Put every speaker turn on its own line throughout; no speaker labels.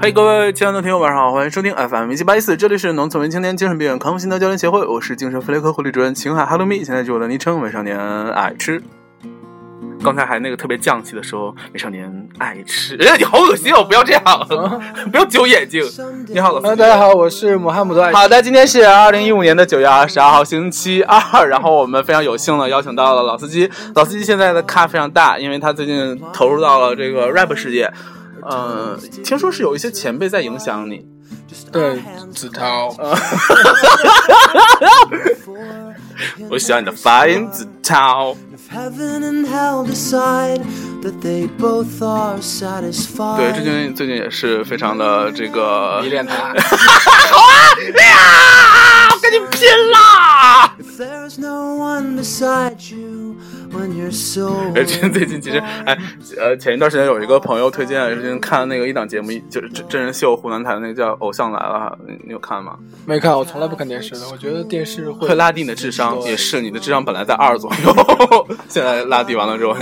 嘿、各位亲爱的听友，晚上好，欢迎收听 FM 一七八一四，这里是农村为青年精神病院康复心得交流协会，我是精神分裂科护理主任秦海哈鲁米，现在就我的昵称美少年爱吃。刚才还那个特别降气的说，美少年爱吃，哎，你好恶心哦！不要这样， 不要揪眼睛。你好，老司机
Hello，大家啊好，我是姆汉姆的爱。
好的，今天是二零一五年的九月二十二号，星期二。然后我们非常有幸的邀请到了老司机。老司机现在的咖非常大，因为他最近投入到了这个 rap 世界。呃，听说是有一些前辈在影响你。
对，子韬，
我喜欢你的发音，子超。
If heaven and hell decide that they both are satisfied.
对，最近最近也是非常的这个
迷恋他。
呀，啊我跟你拼啦！
If there's no one beside you when you're so.
而且最近其实，哎，呃，前一段时间有一个朋友推荐，最近看那个一档节目，就是真真人秀，湖南台的那个叫《偶像来了》，你你有看吗？
没看，我从来不看电视的，我觉得电视会
会拉低你的智商，也是你的智商本来在二左 右，现在拉低完了之 后，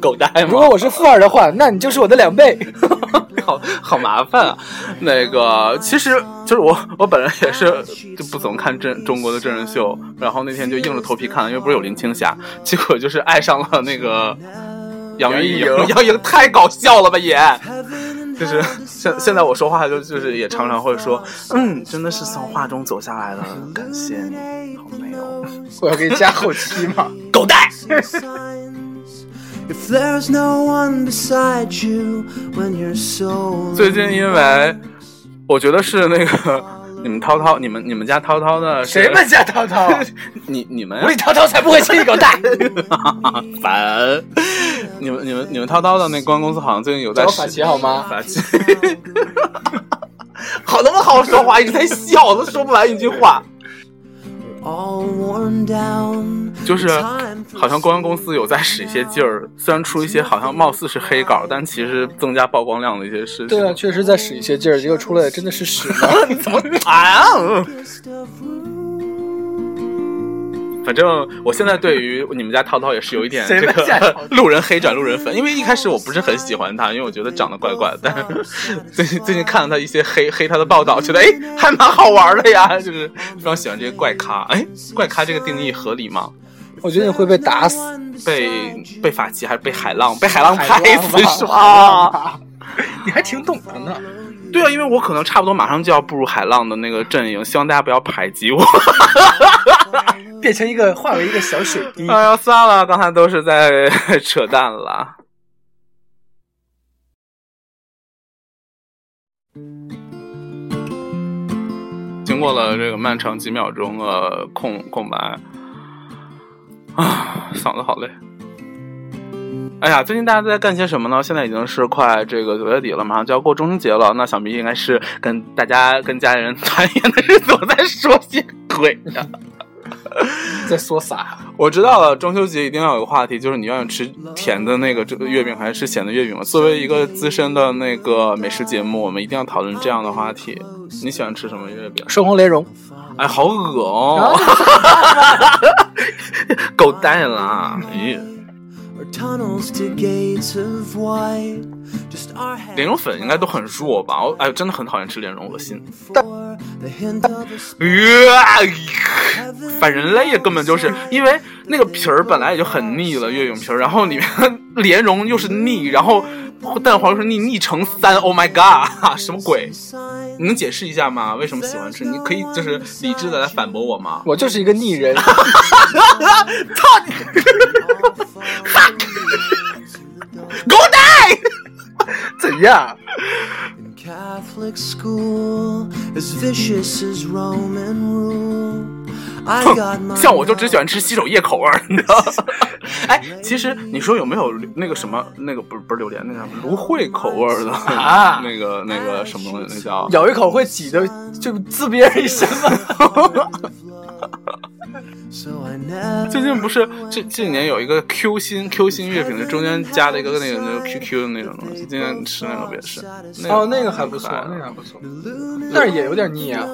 狗带吗？
如果我是负二的话，那你就是我的两 倍。
好好麻烦 啊！那个，其实就是我，我本人也是就不怎么看真中国的真人秀，然后那天就硬着头皮看了，因为不是有林青霞，结果就是爱上了那个杨钰
杨钰
莹，杨钰莹 太搞笑了吧也。
Heaven and
就是现
hell
现在我说话就就是也常常会说，嗯，真的是从画中走下来的，感谢你，好美哦，
我要给你加后期 嘛？
狗带。
signs. If there's no one beside you when you're so.
最近因为 我觉得是那个 你们涛涛，你们你们家涛涛的是
谁们家涛涛？
你你们
我李 涛涛才不会亲你狗 蛋。
烦。 你们、你们、你们涛涛的那公关公司好像最近有在
找
试
法奇好吗？
法奇，好能不能好好说话？一直在笑，都说不完一句话。
All worn down.
就是
Time for
好像公关公司有在使一些劲儿，虽然出一些好像貌似是黑稿，但其实增加曝光量的一些事情。
对啊，确实在使一些劲儿，结果出来真的是屎呢。
你怎么啊？嗯
best of room.
反正我现在对于你们家涛涛也是有一点
谁
这
们家
个
涛
路人黑转路人粉，因为一开始我不是很喜欢他，因为我觉得长得怪怪的， 但是最近 最近看了他一些黑黑他的报道，觉得哎还蛮好玩的呀，就是非常喜欢这些怪咖。哎，怪咖这个定义合理吗？
我觉得你会被打死。
被被法器还是被海浪？被海浪
海
拍
浪
死
吧
是吧？
你还挺懂的呢。
对啊，因为我可能差不多马上就要步入海浪的那个阵营，希望大家不要排挤我。
变成一个化为一个小水 滴。
哎呀，算了，刚才都是在扯淡了。经过了这个漫长几秒钟的空空白，啊，嗓子好累。哎呀，最近大家都在干些什么呢？现在已经是快这个九月底了，马上就要过中秋节了，那想必应该是跟大家、跟家人团圆的日子。我在说些鬼呀、
在说啥？
我知道了，中秋节一定要有个话题，就是你愿意吃甜的那个这月饼还是吃咸的月饼嘛？作为一个资深的那个美食节目，我们一定要讨论这样的话题。你喜欢吃什么月饼？
双红雷荣，
哎，好恶哦！狗蛋啦！啊咦，
Or tunnels to gates of white. Just our heads
莲蓉粉应该都很弱吧？我哎哎，真的很讨厌吃莲蓉，恶心。呃哎
for the hint of a sp-
反人类呀，根本就是因为那个皮儿本来也就很腻了，月饼皮儿，然后里面莲蓉又是腻，然后蛋黄又是腻，腻成三，Oh my god，什么鬼？嗯你能解释一下吗？为什么喜欢吃？你可以就是理智的来反驳我吗？
我就是一个逆 人。
操你 ！fuck，狗蛋！
怎样？
Catholic school as vicious as Roman rule. I got my
像我就只喜欢吃洗手液口味儿，你知道吗？哎，其实你说有没有那个什么那个不是不是榴莲，那个什么芦荟口味儿的
啊
那个那个什么东西，那叫
咬一口会挤的，就自别人一身吗？
So I never
最近不是这这几年有一个 Q 星 Q 星月饼的，中间加了一个那个那 个 QQ 的那种东西，今天吃那个别吃。
嗯哦，那个还不错，那个还不错，但是也有点腻啊。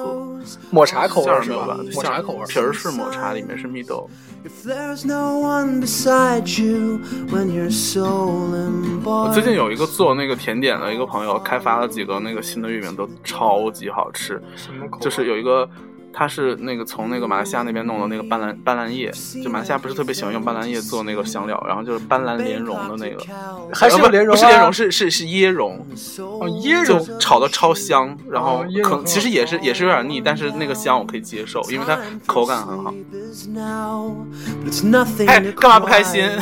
抹茶口味
馅儿
儿
没
是
有吧
吧？？抹茶口味儿，嗯
皮儿是抹茶，里面是蜜豆。
If there's no one beside you when your soul embarks
我最近有一个做那个甜点的一个朋友，开发了几个那个新的月饼，都超级好吃。
什么口味儿？
就是有一个，它是那个从那个马来西亚那边弄的那个斑斓斑斓叶，就马来西亚不是特别喜欢用斑斓叶做那个香料，然后就是斑斓莲蓉的那个，
还是
呃
有
不
莲蓉、啊，
不是莲蓉，是是是椰蓉，
哦椰
就
蓉
炒的超香，然后
哦椰蓉
可
很好
其实也是也是有点腻，但是那个香我可以接受，因为它口感很好。哎，干嘛不开心？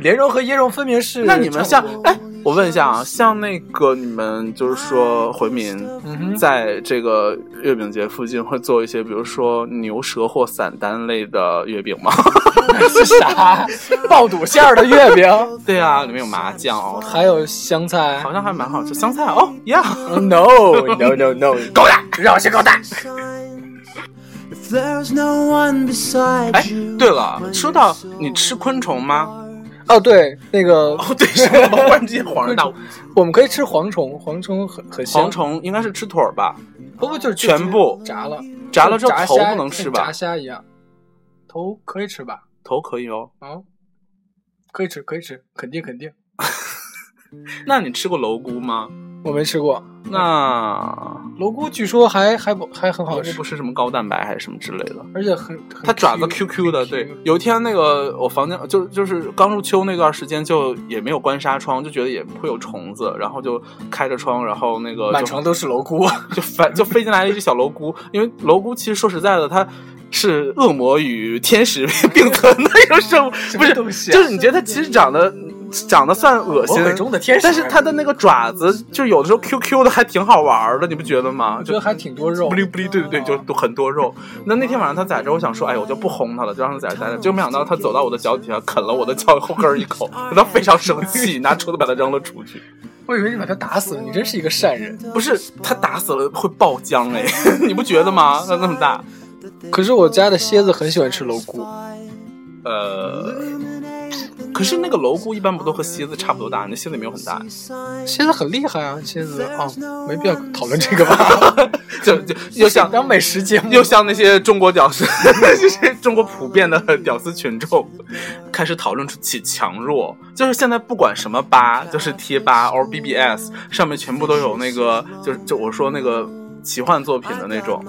莲蓉和椰蓉分别是。
那你们像
差不多
哎，我问一下啊，像那个你们就是说回民，
嗯哼
在这个月饼节附近会做一些，比如说牛舌或散丹类的月饼 吗？
是啥？ 爆肚馅儿的月饼，
对啊，里面有麻酱哦，
还有香菜。Oh
好像还蛮好吃，香菜哦呀。
No no no no，
够了，让我先够蛋。
If there's no one beside
哎
you，
对了，说到你吃昆虫吗？
哦对，那个
哦， 对，是吧忽然之间恍然大悟，
我们可以吃蝗虫，蝗虫很很香。
蝗虫应该是吃腿儿吧？
不不就是
全部
炸了，
炸了之后
炸
头
虾
不能吃
跟
吧
炸？虾一样，头可以吃吧？
头可以哦。
啊，可以吃，可以吃，肯定肯定。
那你吃过蝼蛄吗？
我没吃过
那
蝼蛄，据说还还不还很好
蝼蛄
吃
不，是什么高蛋白还是什么之类的？
而且很很
它爪子
Q
QQ 的，
Q
对。有一天那个我房间就就是刚入秋那段时间，就也没有关纱窗，就觉得也会有虫子，然后就开着窗，然后那个
满
就
床都是蝼蛄，
就反就飞进来了一只小蝼蛄，因为蝼蛄其实说实在的，它是恶魔与天使 并存的一个 生物，不
么
是，
东西啊
就是你觉得它其实长 得长得算恶心
魔，鬼中的天使
但是它的那个爪子就有的时候 QQ 的还挺好玩儿的，你不觉得吗？
我觉
就
得还挺多肉嗯
不。离不离，对对对，就都很多肉。那那天晚上它在这儿，我想说，哎，我就不轰它了，就让它在这儿待着。结果没想到它走到我的脚底下，啃了我的脚后跟儿一 口，它非常生气，拿锄头把它扔了出去。
我以为你把它打死了，你真是一个善人。
不是，它打死了 会爆浆哎，你不觉得吗？它那么大，
可是我家的蝎子很喜欢吃蝼蛄，
呃，可是那个蝼蛄一般不都和蝎子差不多大？那蝎子没有很大，
蝎子很厉害啊，蝎子啊、哦，没必要讨论这个吧？
就 就又像
当美食节目
又像那些中国屌丝， 这些中国普遍的屌丝群众，开始讨论出起强弱。就是现在不管什么吧，啊就是贴吧 or BBS 上面全部都有那个，就是啊就我说那个奇幻作品的那 种，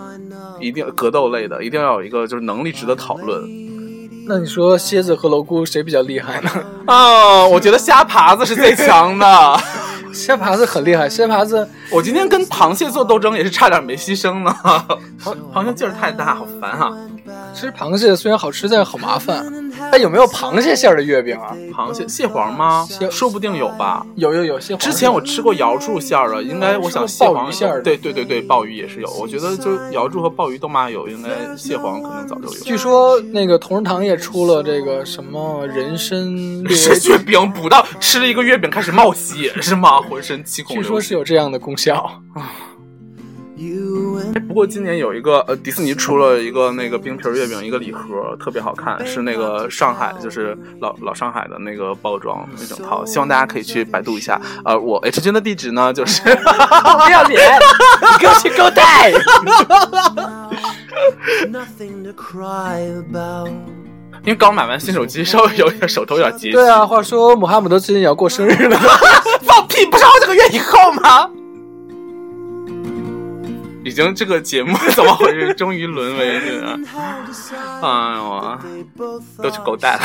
一定格斗类的，一定要有一个就是能力值得讨论。
那你说蝎子和蝼蛄谁比较厉害呢？
啊，我觉得虾爬子是最强的。
蝎耙子很厉害，蝎耙子
我今天跟螃蟹做斗争也是差点没牺牲 呢。螃螃蟹劲儿太大，好烦啊！
吃螃蟹虽然好吃，但是好麻烦。哎，有没有螃蟹馅儿的月饼啊？
螃蟹蟹黄吗
蟹？
说不定有吧。
有有有，蟹黄
之前我吃过瑶柱馅
哦
儿的，应该我想
吃
蟹
过鲍鱼
黄
馅儿的
对对对对，鲍鱼也是有。我觉得就瑶柱和鲍鱼都妈有，应该蟹黄可能早就 有。
据说那个同仁堂也出了这个什么人 参六
吃
味
月饼补到吃了一个月饼开始冒血是 吗？浑身七孔
据
流血。
说是有这样的功效。
You and
不过今年有一个呃，迪士尼出了一个那个冰皮儿月饼，一个礼盒，特别好看，是那个上海，就是老老上海的那个包装那整套，希望大家可以去百度一下。呃，我 H 君的地址呢，就是
不要脸，啊 你给我去勾带。
nothing to cry about.
因为刚买完新手机，稍微有点手头有点拮
对
据。
啊，话说姆哈姆德最近也要过生日 了，
放屁，不是好几个月以后吗？已经这个节目 怎么回事？终于沦为这个，哎
啊
呦，都去狗蛋了。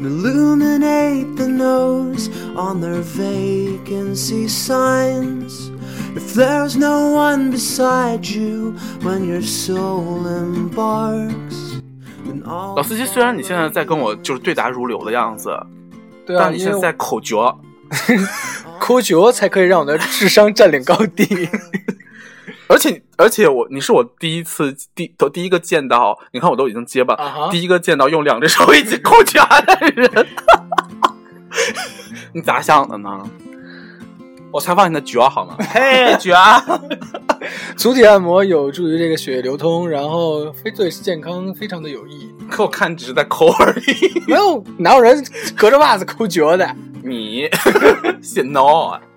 And illuminate the nose on their vacancy signs. If there's no one beside you when your soul embarks, then all
老司机，虽然你现在在跟我就是对答如流的样子，
对啊，
但你现在在口角。
抠脚才可以让我的智商占领高地。
而且而且我你是我第一次第都第一个见到，你看我都已经结巴
啊哈
第一个见到用两只手一起扣拳的人， 你咋想的呢？我采访你的脚好吗？嘿，啊脚，
足底按摩有助于这个血液流通，然后非对健康非常的有 益。
可我看你只是在抠而已。
没有哪有人隔着 袜子抠脚的？
你，shit no。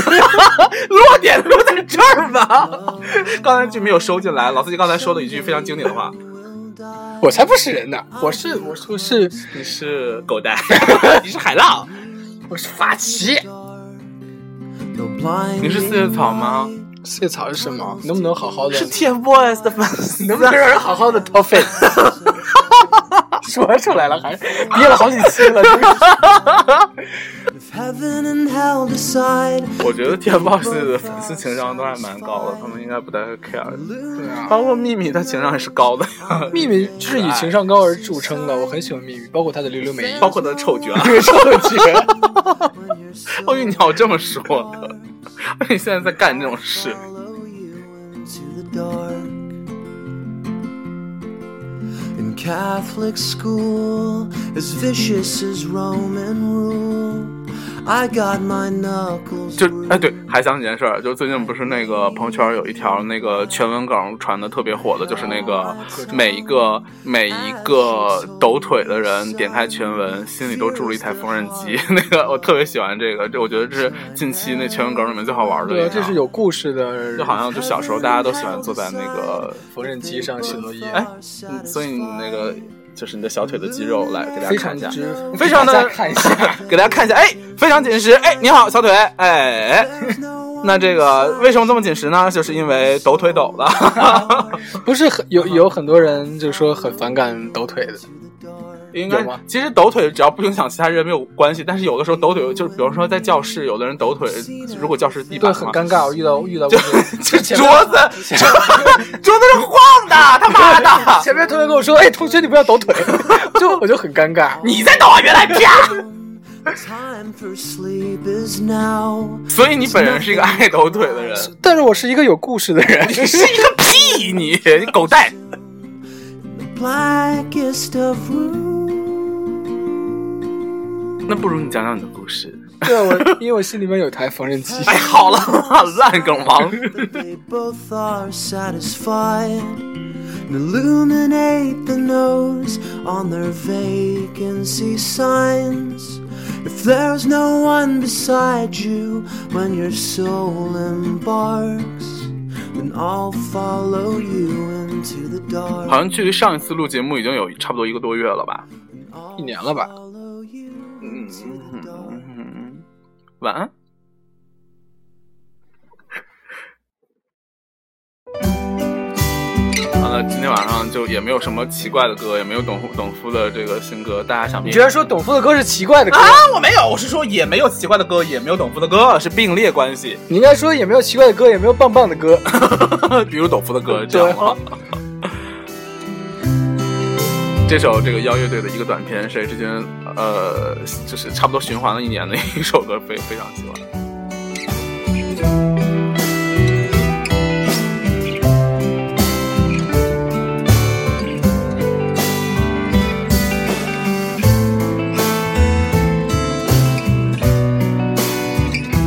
落点落在这儿吧。 刚才就没有收进来，老司机刚才说了一句非常经典的话：“
我才不是人呢，我是我是我 是
你是狗 蛋，你是海浪，
我是发奇。
你是四叶草吗？
谢草是什么？能不能好好的？
是 TFBOYS 的粉丝。”
能不能让人好好的掏肺？ 说出来了，还憋了好几期了。
If heaven and hell decide
我觉得 TFBOYS 的粉丝情商都还蛮高的，他们应该不太会 care。
对啊，
包括秘密，他情商也是高的，
秘密就是以情商高而著称的，我很喜欢秘密，包括他的溜溜梅，
包括他的臭脚。
这个臭角。
when you're so
我以为哦你要这么说的，你现在在干这种事。
follow you into the dark. In Catholic school, as vicious as Roman rule, I got my knuckles.
就
bruised.
哎，对，还想起件事儿，就最近不是那个朋友圈有一条那个全文梗传的特别火的，就是那个每一个每一个抖腿的人点开全文，心里都住了一台缝纫机。 那个我特别喜欢这个，这我觉得这是近期那全文梗里面最好玩的
对
一
啊，
条。
这是有故事的，
就好像就小时候大家都喜欢坐在那个，
缝纫机上写作业，
哎，嗯所以你那个就是你的小腿的肌肉来给大
非
家看
常
一下。
之
非常的
大家看一下。
给大家看一下，哎，非常紧实，哎，你好，小腿，哎， 那这个为什么这么紧实呢？就是因为抖腿抖 的，
不是很有有很多人就说很反感抖腿的，
应该
有吗
其实抖腿只要不影响其他人没有关系，但是有的时候抖腿就是，比如说在教室，有的人抖腿，如果教室地
对，
板
很
嘛，
尴尬。我遇到遇到过这
这
个前面
桌子桌子是晃的，他妈的，
前面同学跟我说，哎，同学你不要抖腿， 就我就很尴尬。
你在抖啊，原来啪！
Time for sleep is now.
所以你本人是一个爱抖腿的人，
但是我是一个有故事的 人，
你是一个屁，你你狗蛋。
Blackest of rooms.
那不如你讲讲你的故事。
对我，因为我心里面有台缝纫机。
哎，好了，烂梗王。
They both are satisfied and illuminate the nose on their vacancy signs. If there's no one beside you when your soul embarks, then I'll follow you into the
好
dark.
像距离上一次录节目已经有差不多一个多月了吧？
一年了吧
Follow you
嗯
into the
嗯
dark.
嗯嗯，晚安。好了，今天晚上就也没有什么奇怪的歌，也没有董董夫的这个新歌，大家想必
你居然说董夫的歌是奇怪的歌，
啊？我没有，我是说也没有奇怪的歌，也没有董夫的歌，是并列关系，
你应该说也没有奇怪的歌，也没有棒棒的歌。
比如董夫的歌，这样吗？这首这个邀乐队的一个短片是之前呃，就是差不多循环了一年的一首歌，非非常喜欢。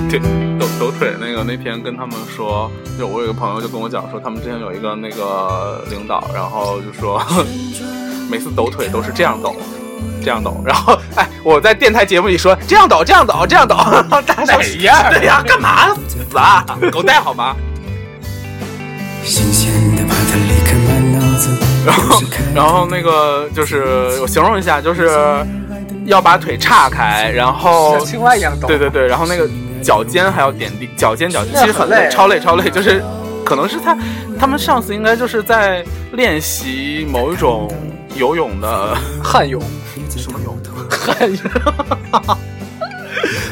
对，抖抖腿那个那天跟他们说，就我有一个朋友就跟我讲说，他们之前有一个那个领导，然后就说每次抖腿都是这样抖。这样抖，然后哎，我在电台节目里说这样抖，这样抖，这样抖， 大家一样？对呀、干嘛死啊？狗带好吗？
新鲜的把它离开满脑子，
然后
是看，
然后那个就是我形容一下，就是要把腿岔开，然后
像青蛙一样
哦
抖。
对对对，然后那个脚尖还要点地，脚尖脚尖，其实很
那很累
累，
啊
超累超累，就是可能是他他们上次应该就是在练习某一种游泳的，
汉勇，
什么油
汉勇，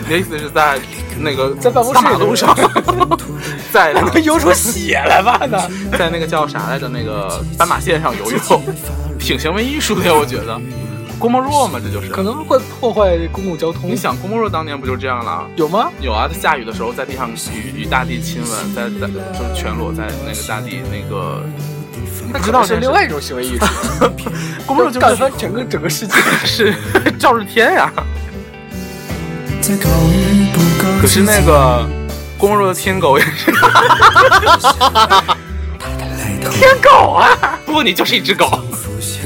你的意思是在那个
在办公室
大
哎
马路上， 在那
我
个
游出血来吧呢？
在那个叫啥来着那个斑马线上游泳，挺行为艺术的呀，我觉得。郭沫若嘛，这就是
可。能会破坏公共交通
你。想，郭沫若当年不就这样了？
有吗？
有啊，他下雨的时候在地上与与大地亲吻，在在就是全裸在那个大地那个，
那
知道
可能是另外一种行为艺术，
郭沫若就
干
是
翻整个整个世界。
是赵日天呀、
再考虑不够
可是那个郭沫若的天狗也是
来头
天狗啊，不过你就是一只狗。
腐朽。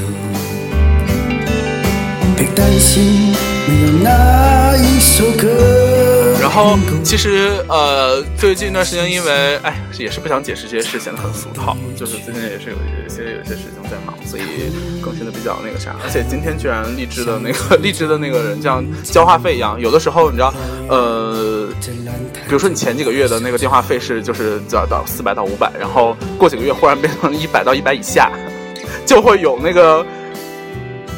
别担心，没有那一首歌。
然后其实呃，最近一段时间，因为哎，也是不想解释这些事，显得很俗套。就是最近也是有一些有一些事情在忙，所以更新的比较那个啥。而且今天居然励志的那个 励志的那个人，像交话费一样，有的时候你知道，呃，比如说你前几个月的那个电话费是就是到到四百到五百，然后过几个月忽然变成一百到一百以下，就会有那个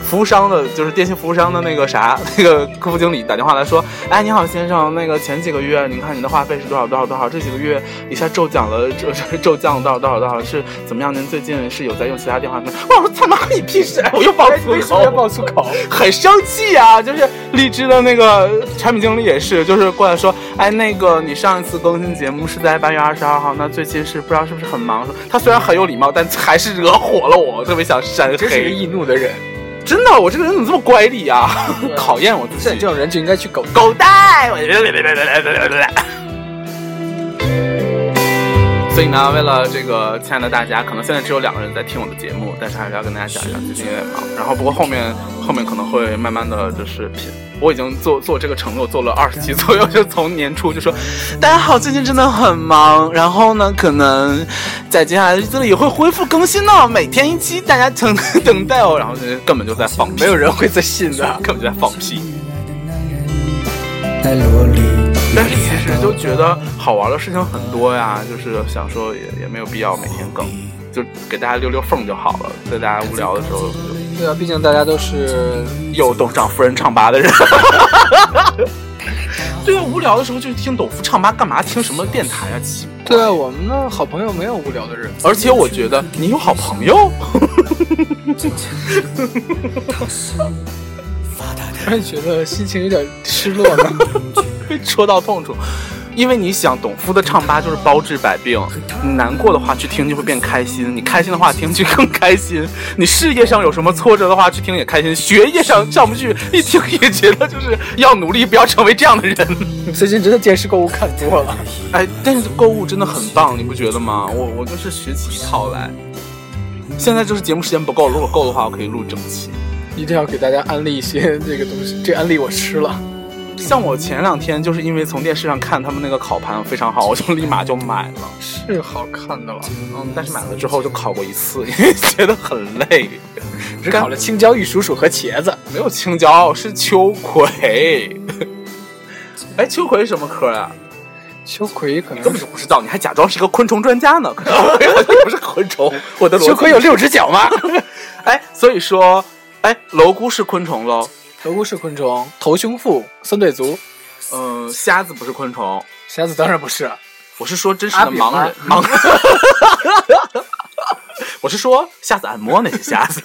服务商的，就是电信服务商的那个啥， 那个客服经理打电话来说，哎，你好先生，那个前几个月您看您的话费是多少多少多少，这几个月一下骤降了，骤骤降了多少多少多少，是怎么样？您最近是有在用其他电话吗？哇我操妈你屁事！哎我又爆粗
为什
口
么要，爆粗口？
很生气啊！就是荔枝的那个产品经理也是，就是过来说，哎，那个你上一次更新节目是在八月二十二号，那最近是不知道是不是很忙？他虽然很有礼貌，但还是惹火了我，特别想扇
真是个
黑。
易怒的人。
真的，我这个人怎么这么乖戾啊？ 讨厌我自
像你
己
这。种人就应该去狗
狗带，我觉得别别别别别别别别。 所以呢，为了这个亲爱的大家，可能现在只有两个人在听我的节目，但是还是要跟大家讲一讲，最近有点忙。然后不过后面后面可能会慢慢的就是品，我已经做做这个承诺做了二十期左右，就从年初就说，大家好，最近真的很忙，然后呢，可能在接下来的日子里也会恢复更新呢，每天一期，大家等等待哦。然后就是根本就在放屁，
没有人会再信 的。
根本就在放屁。
在萝莉，
但是其实就觉得好玩的事情很多呀，就是想说也也没有必要每天更，就给大家溜溜缝就好了。在大家无聊的时候，就
对啊，毕竟大家都是
又董事长夫人唱吧的人。 对啊，无聊的时候就听董夫唱吧，干嘛听什么电台啊？奇怪
对啊，我们的好朋友没有无聊的人。
而且我觉得你有好朋友，
突然觉得心情有点失落呢。
被戳到痛处。因为你想，董夫的唱吧就是包治百病。你难过的话去听就会变开心，你开心的话听去更开心。你事业上有什么挫折的话去听也开心，学业上上不去一听也觉得就是要努力，不要成为这样的人。
最近真的电视购物看多了，
哎，但是购物真的很棒，你不觉得吗？我我就是学起一套来。现在就是节目时间不够，如果够的话，我可以录整期。
一定要给大家安利一些这个东西。这安利我吃了，
像我前两天就是因为从电视上看他们那个烤盘非常好，我就立马就买了。
是好看的了。
嗯，但是买了之后就烤过一次， 因为觉得很累。
只烤了青椒、玉蜀黍和茄子，
没有青椒，是秋葵。哎，秋葵是什么科啊？
秋葵可能
根本就不知道，你还假装是个昆虫专家呢？我又不是昆虫，我的
秋
秋
葵
葵
有六只脚吗？
哎，所以说，哎，蝼蛄是昆虫喽。
头菇是昆虫，头胸腹，三对足，
嗯、虾子不是昆虫，
虾子当然不是。
我是说真实的盲人
阿
盲人。 我是说下次按摩那些虾子。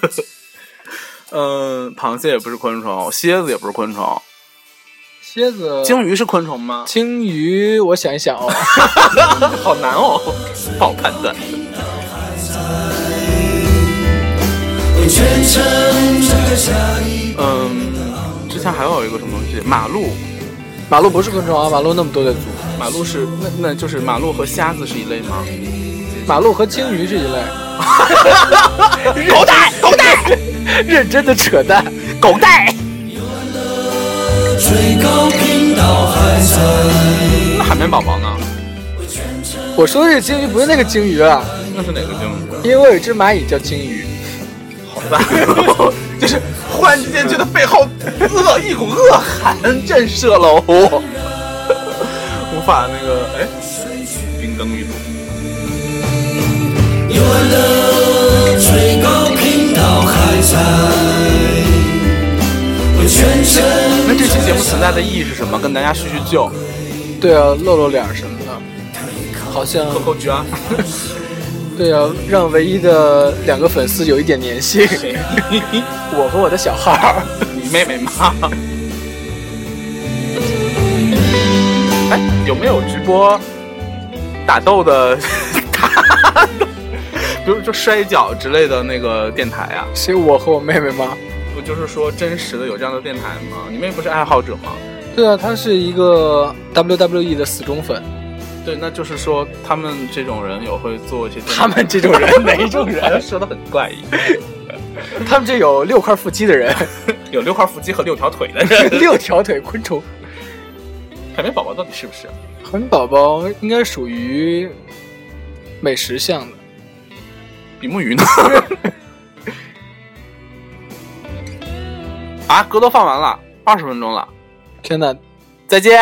嗯，螃蟹也不是昆虫，蝎子也不是昆虫，
蝎子、
鲸鱼是昆虫吗？
鲸鱼，我想一想哦，
好难哦，不好判断。嗯，之前还有一个什么东西，马路，
马路不是昆虫啊，马路那么多对足，
马路是那那就是马路和虾子是一类吗？
马路和鲸鱼是一类。
狗带，狗带，
认真的扯淡，
狗带，
最高频道还在。
那海绵宝宝呢？
我说的这个鲸鱼不是那个鲸鱼啊，
那是哪个鲸
因为我有一只蚂蚁叫鲸鱼。
鱼？ 就是忽然之间觉得背后恶一股恶寒震慑了我，无法那个哎，冰灯玉露。
有我的最高频道还在，我全身。
那这期节目存在的意义是什么？跟大家叙叙旧，
对啊，露露脸什么的，好像
喝口酒啊。
对啊，让唯一的两个粉丝有一点粘性，我和我的小号儿。
你妹妹吗？ 哎，有没有直播打斗的？ 打斗比如就摔跤之类的那个电台啊，
谁？我和我妹妹吗？
不就是说真实的有这样的电台吗？你妹不是爱好者吗？
对啊，她是一个 WWE 的死忠粉。
对，那就是说他们这种人有会做一些电台
他们这种人哪一种人？
说的很怪 异，
他们这有六 块腹肌的人，
有六块腹肌和六条腿的人。
六条腿昆虫。
海绵宝宝到底是不是啊？
很宝宝应该属于美食项的，
比目鱼呢？ 啊，歌都放完了，二十分钟了，
天哪，
再见。